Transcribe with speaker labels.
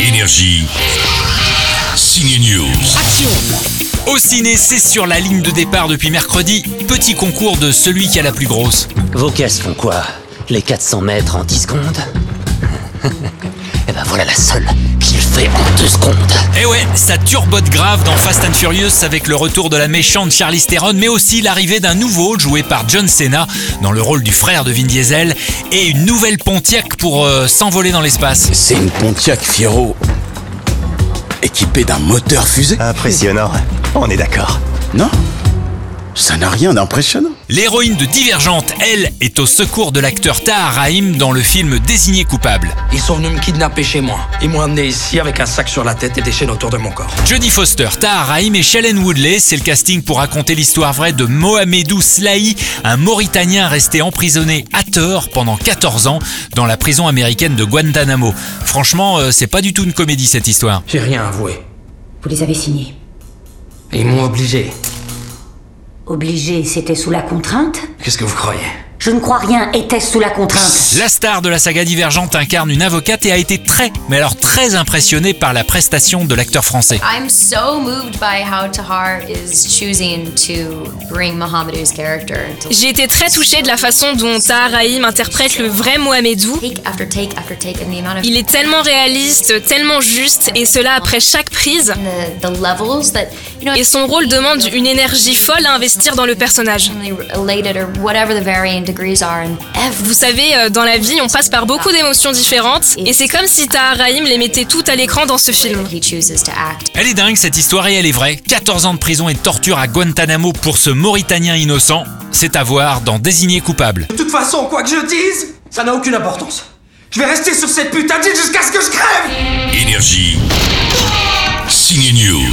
Speaker 1: Énergie. Signe News.
Speaker 2: Action Au ciné, c'est sur la ligne de départ depuis mercredi. Petit concours de celui qui a la plus grosse.
Speaker 3: Vos caisses font quoi Les 400 mètres en 10 secondes Eh ben voilà la seule qu'il fait en 2 secondes.
Speaker 2: Eh ouais, ça turbote grave dans Fast and Furious avec le retour de la méchante Charlize Theron, mais aussi l'arrivée d'un nouveau joué par John Cena dans le rôle du frère de Vin Diesel et une nouvelle Pontiac pour euh, s'envoler dans l'espace.
Speaker 4: C'est une Pontiac Fiero équipée d'un moteur fusée
Speaker 5: Impressionnant, on est d'accord.
Speaker 4: Non Ça n'a rien d'impressionnant.
Speaker 2: L'héroïne de Divergente, elle, est au secours de l'acteur Tahar Rahim dans le film Désigné coupable.
Speaker 6: Ils sont venus me kidnapper chez moi. Ils m'ont amené ici avec un sac sur la tête et des chaînes autour de mon corps.
Speaker 2: Jodie Foster, Tahar Rahim et Shailen Woodley, c'est le casting pour raconter l'histoire vraie de Mohamedou Slahi, un Mauritanien resté emprisonné à tort pendant 14 ans dans la prison américaine de Guantanamo. Franchement, euh, c'est pas du tout une comédie cette histoire.
Speaker 6: J'ai rien avoué.
Speaker 7: Vous les avez signés.
Speaker 6: Ils m'ont obligé.
Speaker 7: Obligés, c'était sous la contrainte
Speaker 6: Qu'est-ce que vous croyez
Speaker 7: Je ne crois rien, était-ce sous la contrainte
Speaker 2: La star de la saga Divergente incarne une avocate et a été très, mais alors très impressionnée par la prestation de l'acteur français.
Speaker 8: I'm so moved by how Tahar is choosing to bring Mohamedou's character to
Speaker 9: J'ai été très touchée de la façon dont Tahar Rahim interprète le vrai Mohamedou.
Speaker 8: take after take after take and the amount of
Speaker 9: Il est tellement réaliste, tellement juste, et cela après chaque prise.
Speaker 8: and the, the levels that you know
Speaker 9: Et son rôle demande une énergie folle à investir dans le personnage.
Speaker 8: emotionally related or whatever the varying degrees are and
Speaker 9: Vous
Speaker 8: every
Speaker 9: savez, euh, dans la vie, on passe par beaucoup d'émotions différentes, et c'est comme si Tahar Rahim les mettait toutes à l'écran dans ce
Speaker 8: way
Speaker 9: film.
Speaker 8: that he chooses to act.
Speaker 2: Elle est dingue cette histoire et elle est vraie. 14 ans de prison et de torture à Guantanamo pour ce Mauritanien innocent, c'est à voir dans Désigné coupable.
Speaker 6: De toute façon, quoi que je dise, ça n'a aucune importance. Je vais rester sur cette putain de île jusqu'à ce que je crève
Speaker 1: Énergie. Signe News.